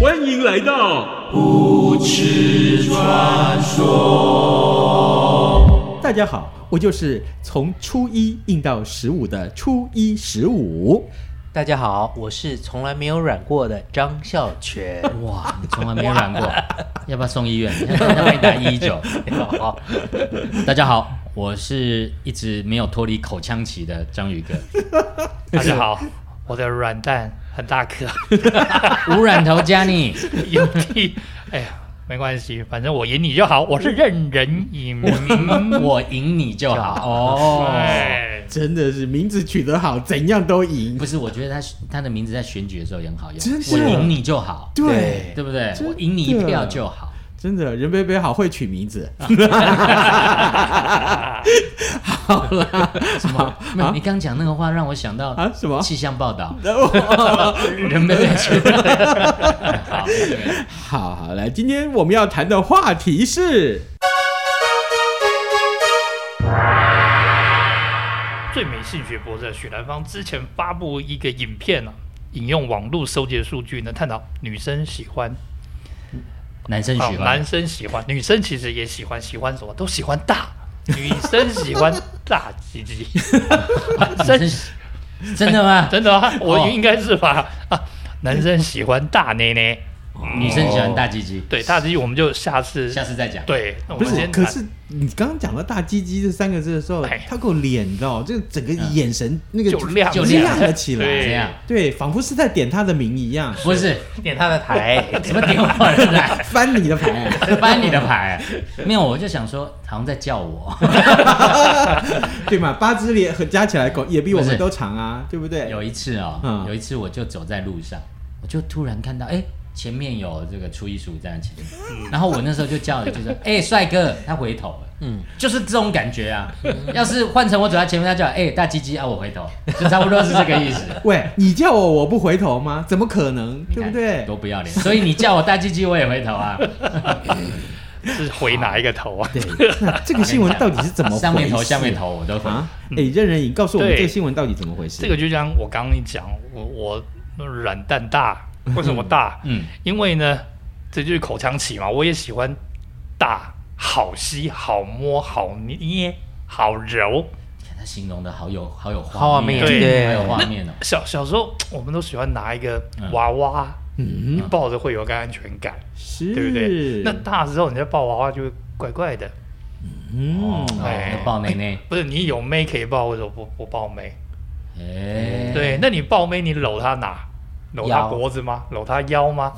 欢迎来到大家好，我就是从初一硬到十五的初一十五。大家好，我是从来没有染过的张孝全。 哇，你从来没有染过， 要不要送医 院？要不要打一一九？好大家好，我是一直没有脱离口腔期的章鱼哥， 大 家好，我的软蛋很大颗，无染头加你。有屁！哎呀，没关系，反正我赢你就好，我是任人以名。嗯我赢你就 好 哦。哎，真的是名字取得好，怎样都赢不。是，我觉得他他的名字在选举的时候也很好用真，的我赢你就好，对，对不对？真的我赢你一票就好。真的任贝贝好会取名 字。好啦，什啊么？没有你刚讲那个话让我想到啊什么，气象报道 然 后人被被取代好，对好好来，今天我们要谈的话题是最美性学博士许兰芳之前发布一个影片啊，引用网络收集的数据呢，探讨女生喜欢，男生好喜欢男，生喜欢，女生其实也喜欢，喜欢什么都喜欢大，女生喜欢大鸡鸡， 男生喜真的吗？真的啊，哦我应该是吧？啊，男生喜欢大捏捏，女生喜欢大鸡鸡，对大鸡鸡，我们就下次下次再讲。哦对，那我不们是？先可谈是你刚刚讲到“大鸡鸡”这三个字的时候哎，他给我脸，你知道，就整个眼神那个就亮就亮亮了起来，对怎样？对，仿佛是在点他的名一 样，不是点他的台， 怎么点我的来翻你的牌。 啊翻你的牌？没有，我就想说，好像在叫我。对嘛？八只脸和加起来狗也比我不们是都长啊，对不对？有一次嗯哦，有一次我就走在路上，我就突然看到，哎、前面有这个初一十五站的前面，然后我那时候就叫了，就说，哎、帅哥，他回头了，嗯，就是这种感觉啊。要是换成我走在前面，他叫，哎、大鸡鸡啊，我回头，就差不多是这个意思。喂，你叫我我不回头吗？怎么可能？你对不看对？多不要脸！所以你叫我大鸡鸡，我也回头啊。是回哪一个头啊？ 对，那这个新闻到底是怎么回事？上面头下面头我都回。啊？哎，任人影，告诉我们对这个新闻到底怎么回事？这个就像我刚刚一讲，我我软蛋大，为什么大？嗯，因为呢，这就是口腔期嘛，我也喜欢大，好吸，好摸，好捏，好揉。看他形容的好有好有好画画面，面对好有画面哦。小小时候，我们都喜欢拿一个嗯娃娃，嗯你，抱着会有个安全感，是，嗯对不对？那大之后，你再抱娃娃就会怪怪的。嗯哦，，哎那抱内内，不是你有妹可以抱，为什么不不抱妹？哎，对，那你抱妹，你搂她哪？搂她腰脖子吗？搂她腰吗？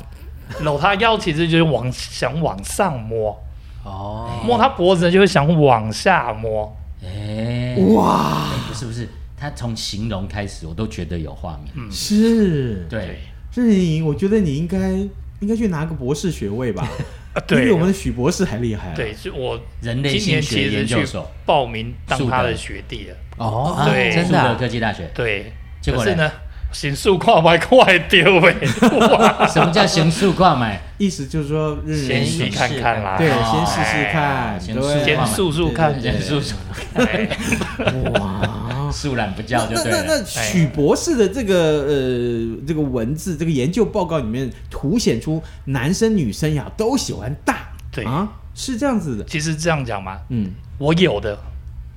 搂她腰其实就是往想往上摸，哦，摸她脖子呢就是想往下摸。哎，哇，哎不是不是，他从形容开始，我都觉得有画面。嗯，是，对，任人影，我觉得你应该应该去拿个博士学位吧， 啊，你比对我们的许博士还厉害啊。对，是我人类今年心其学实研究去所，报名当他树德的学弟了。哦，啊对真苏的格啊科技大学。对，结果可是嘞呢，行速跨快快丢哎， 哇，什么叫行树挂买？意思就是说任人先影试行看看啦，对，哦先试试看，哎先对试先试速速看，对人树什。哎哇树懒不叫那就那对那了。那许博士的这个呃这个文字这个研究报告里面凸显出男生女生呀都喜欢大，对啊是这样子的，其实这样讲嘛，嗯我有的。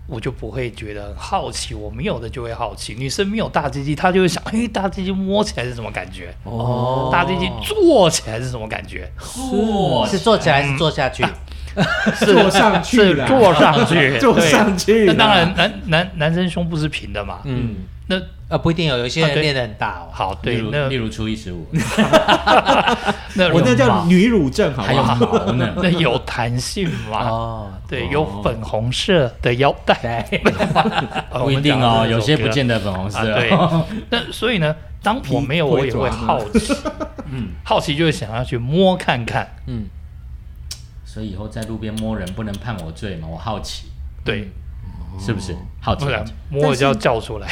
我就不会觉得很好奇，我没有的就会好奇。女生没有大鸡鸡，她就会想，哎，大鸡鸡摸起来是什么感觉？哦大鸡鸡做起来是什么感觉？嚯是坐起来还是坐下啊去？坐上去是了， 坐上去，坐对上去那了，当然，男男男生胸部是平的嘛，嗯，那呃，不一定有，有些啊人对练得很大哦。好，例对，如那例如初一十五，那我那毛叫女乳症，啊好还不有好？毛呢，那有弹性嘛？哦，对哦，有粉红色的腰带， 哦不一定哦，有些不。我们讲到这首歌见得粉红色哦。啊那所以呢，当我没有，皮不我会也会抓吗好奇，嗯，好奇就是想要去摸看看，嗯， 所以以后在路边摸人不能判我罪嘛，我好奇对，是不是？好奇哦不，然摸了就要叫出来。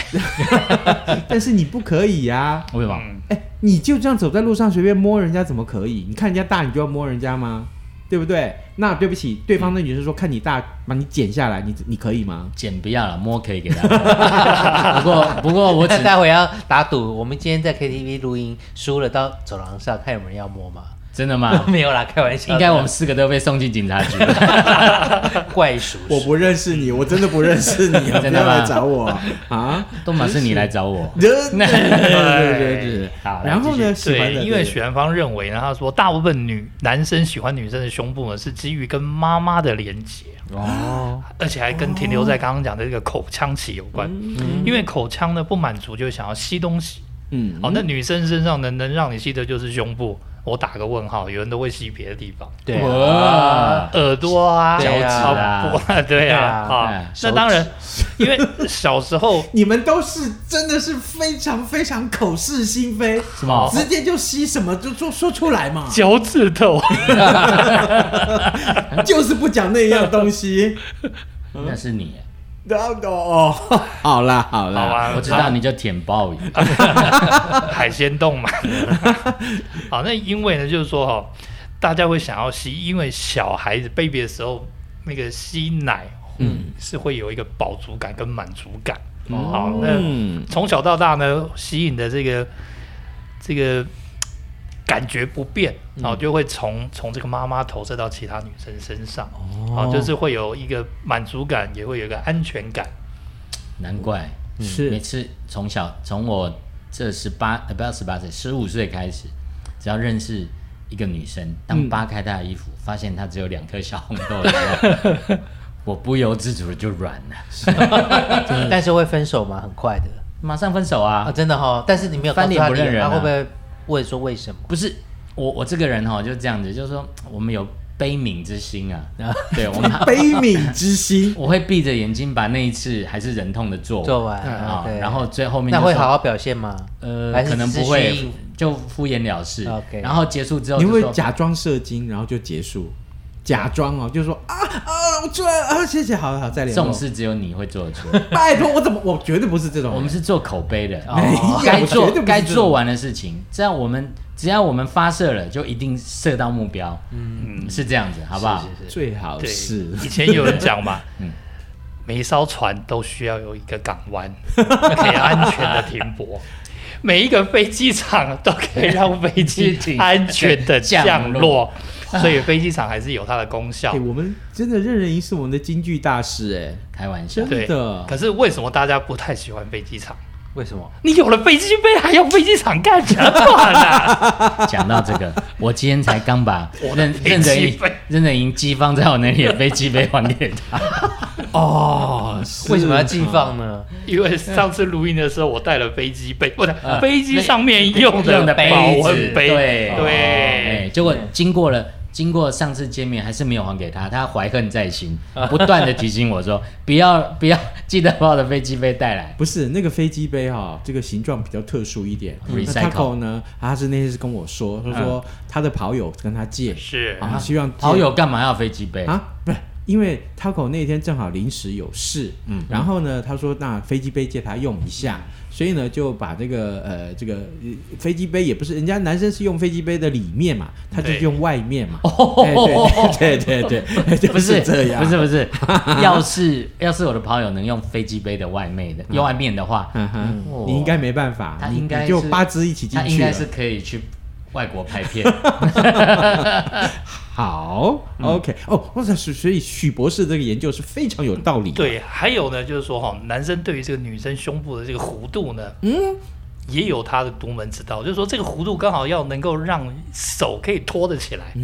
但是你不可以呀、啊。为什么？嗯，哎，你就这样走在路上随便摸人家怎么可以？你看人家大，你就要摸人家吗？对不对？那对不起，对方的女生说看你大，把你剪下来，你你可以吗？剪不要了，摸可以给他 摸。不过不过 我只那待会要打赌，我们今天在 KTV 录音输了，到走廊上看有没有人要摸吗？？真的 吗没有啦，开玩笑的。应该我们四个都被送进警察局了。 怪叔我叔，不认识你，我真的不认识你啊，真的吗不要来找我 啊！。都马是你来找我对对 对对对好来然后呢，喜欢对，的因为对许兰芳认为呢，他说大部分女男生喜欢女生的胸部呢，是基于跟妈妈的连接，哦，而且还跟停留在刚刚讲的这个口腔期有关。哦因为口腔呢不满足，就想要吸东西。嗯，哦，那女生身上能能让你吸的就是胸部，我打个问号，有人都会吸别的地方，对啊哇，耳朵啊，脚趾啊哎啊，脖对啊，对啊啊，对那当然， 因为小时候你们都是真的是非常非常口是心非，什么直接就吸什么就说说出来嘛，脚趾头，啊就是不讲那样东西。那是你，然后哦，好啦好好啊啦，吧，我知道你就舔鲍鱼。 海鲜冻嘛。 好，那因为呢，就是说哈、哦，大家会想要吸，因为小孩子 baby 的时候，那个吸奶，嗯，哦是会有一个饱足感跟满足感。好，嗯那从小到大呢，吸引的这个这个嘖感觉不变，然后就会从从这个妈妈投射到其他女生身上，哦，就是会有一个满足感，也会有一个安全感。难怪是每次从小从我这十八呃不要十八岁十五岁开始，只要认识一个女生，当扒开她的衣服，发现她只有两颗小红豆的时候，我不由自主的就软了，但是会分手吗？很快的马上分手啊！啊，真的哈。但是你没有告翻诉脸他不认理由人啊他会不会问说为什么？不是我我这个人哈、就这样子，就是说我们有悲悯之 心啊，对我们怕悲悯之 心，我会闭着眼睛把那一次还是忍痛的做做完啊，对然后最后面那就会说好好表现吗？呃还是可能只是不会虚就敷衍了事 OK 然后结束之后你就会说假装射精，然后就结束，假装哦，就说啊啊，我出来了啊，谢谢，好好再哦这联种络。事只有你会做得 出，拜托，我怎么我绝对不是这种人，我们是做口碑的，哦没有 该我做绝对不是该这种做完的事情，这样我们只要我们发射了，就一定射到目标，嗯，是这样子，好不好？是是是，最好对，哦是以前有人讲嘛，嗯每一艘船都需要有一个港湾，可以安全的停泊。每一个飞机场都可以让飞机停安全的降降落落，所以飞机场还是有它的功效哎，。我们真的任人一是我们的京剧大师哎，开玩笑真，对的，可是为什么大家不太喜欢飞机场？为什么？你有了飞机杯，还要飞机场干什么啊呢？讲到这个，我今天才刚把任飞任机正英杯任正英寄放在我那里的飞机杯还给他，哦，是为什么要寄放呢？因为上次录音的时候，我带了飞机杯，不是、呃飞机上面用用的杯子保温杯，对对哎，结果经过了。经过上次见面还是没有还给他，他怀恨在心，不断的提醒我说不要不要，记得把我的飞机杯带来。不是那个飞机杯哈、这个形状比较特殊一点。嗯那 Recycle Taco 呢，他是那天是跟我说，他说他的跑友跟他借，是啊，希望借好友干嘛要飞机杯？啊，不是。因为 Taco 那天正好临时有事，嗯，然后呢，他说那飞机杯借他用一下，所以呢就把这个呃这个呃飞机杯也不是人家男生是用飞机杯的里面嘛，他就对用外面嘛，哦，对对对对，就不是这样，不是不是，要是要是我的朋友能用飞机杯的外面的用外面的话，嗯哼哇，你应该没办法，他你应该你就是八只一起进他应去了。该是可以去外国拍片。好、o 嗯 k 哦，我想所所以许博士这个研究是非常有道理的。对，还有呢，就是说哈，男生对于这个女生胸部的这个弧度呢，嗯，也有他的独门之道，就是说这个弧度刚好要能够让手可以托得起来。嗯，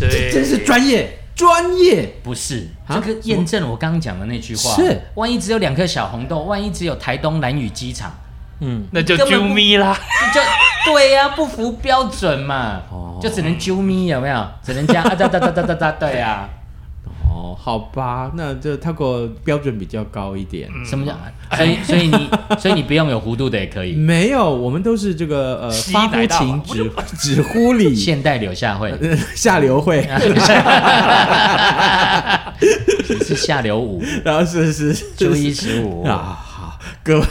这真是专业专业不是，啊这个验证我刚刚讲的那句话。是，万一只有两颗小红豆，万一只有台东蓝屿机场，嗯，那就根本啾不咪啦。就对呀、不符标准嘛，哦就只能啾咪有没有？只能这样啊哒哒哒哒哒哒，对呀、哦，好吧，那这 Taco 标准比较高一点。什么叫？所以所以你所以你不用有弧度的也可以。没有，我们都是这个呃西发来乎大王情，止止乎 礼，现代柳下 惠呃下流 会， 只是下流舞，然后是是是初一十五啊，好，各位，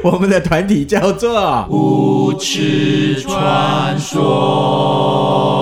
我们的团体叫做吃穿说。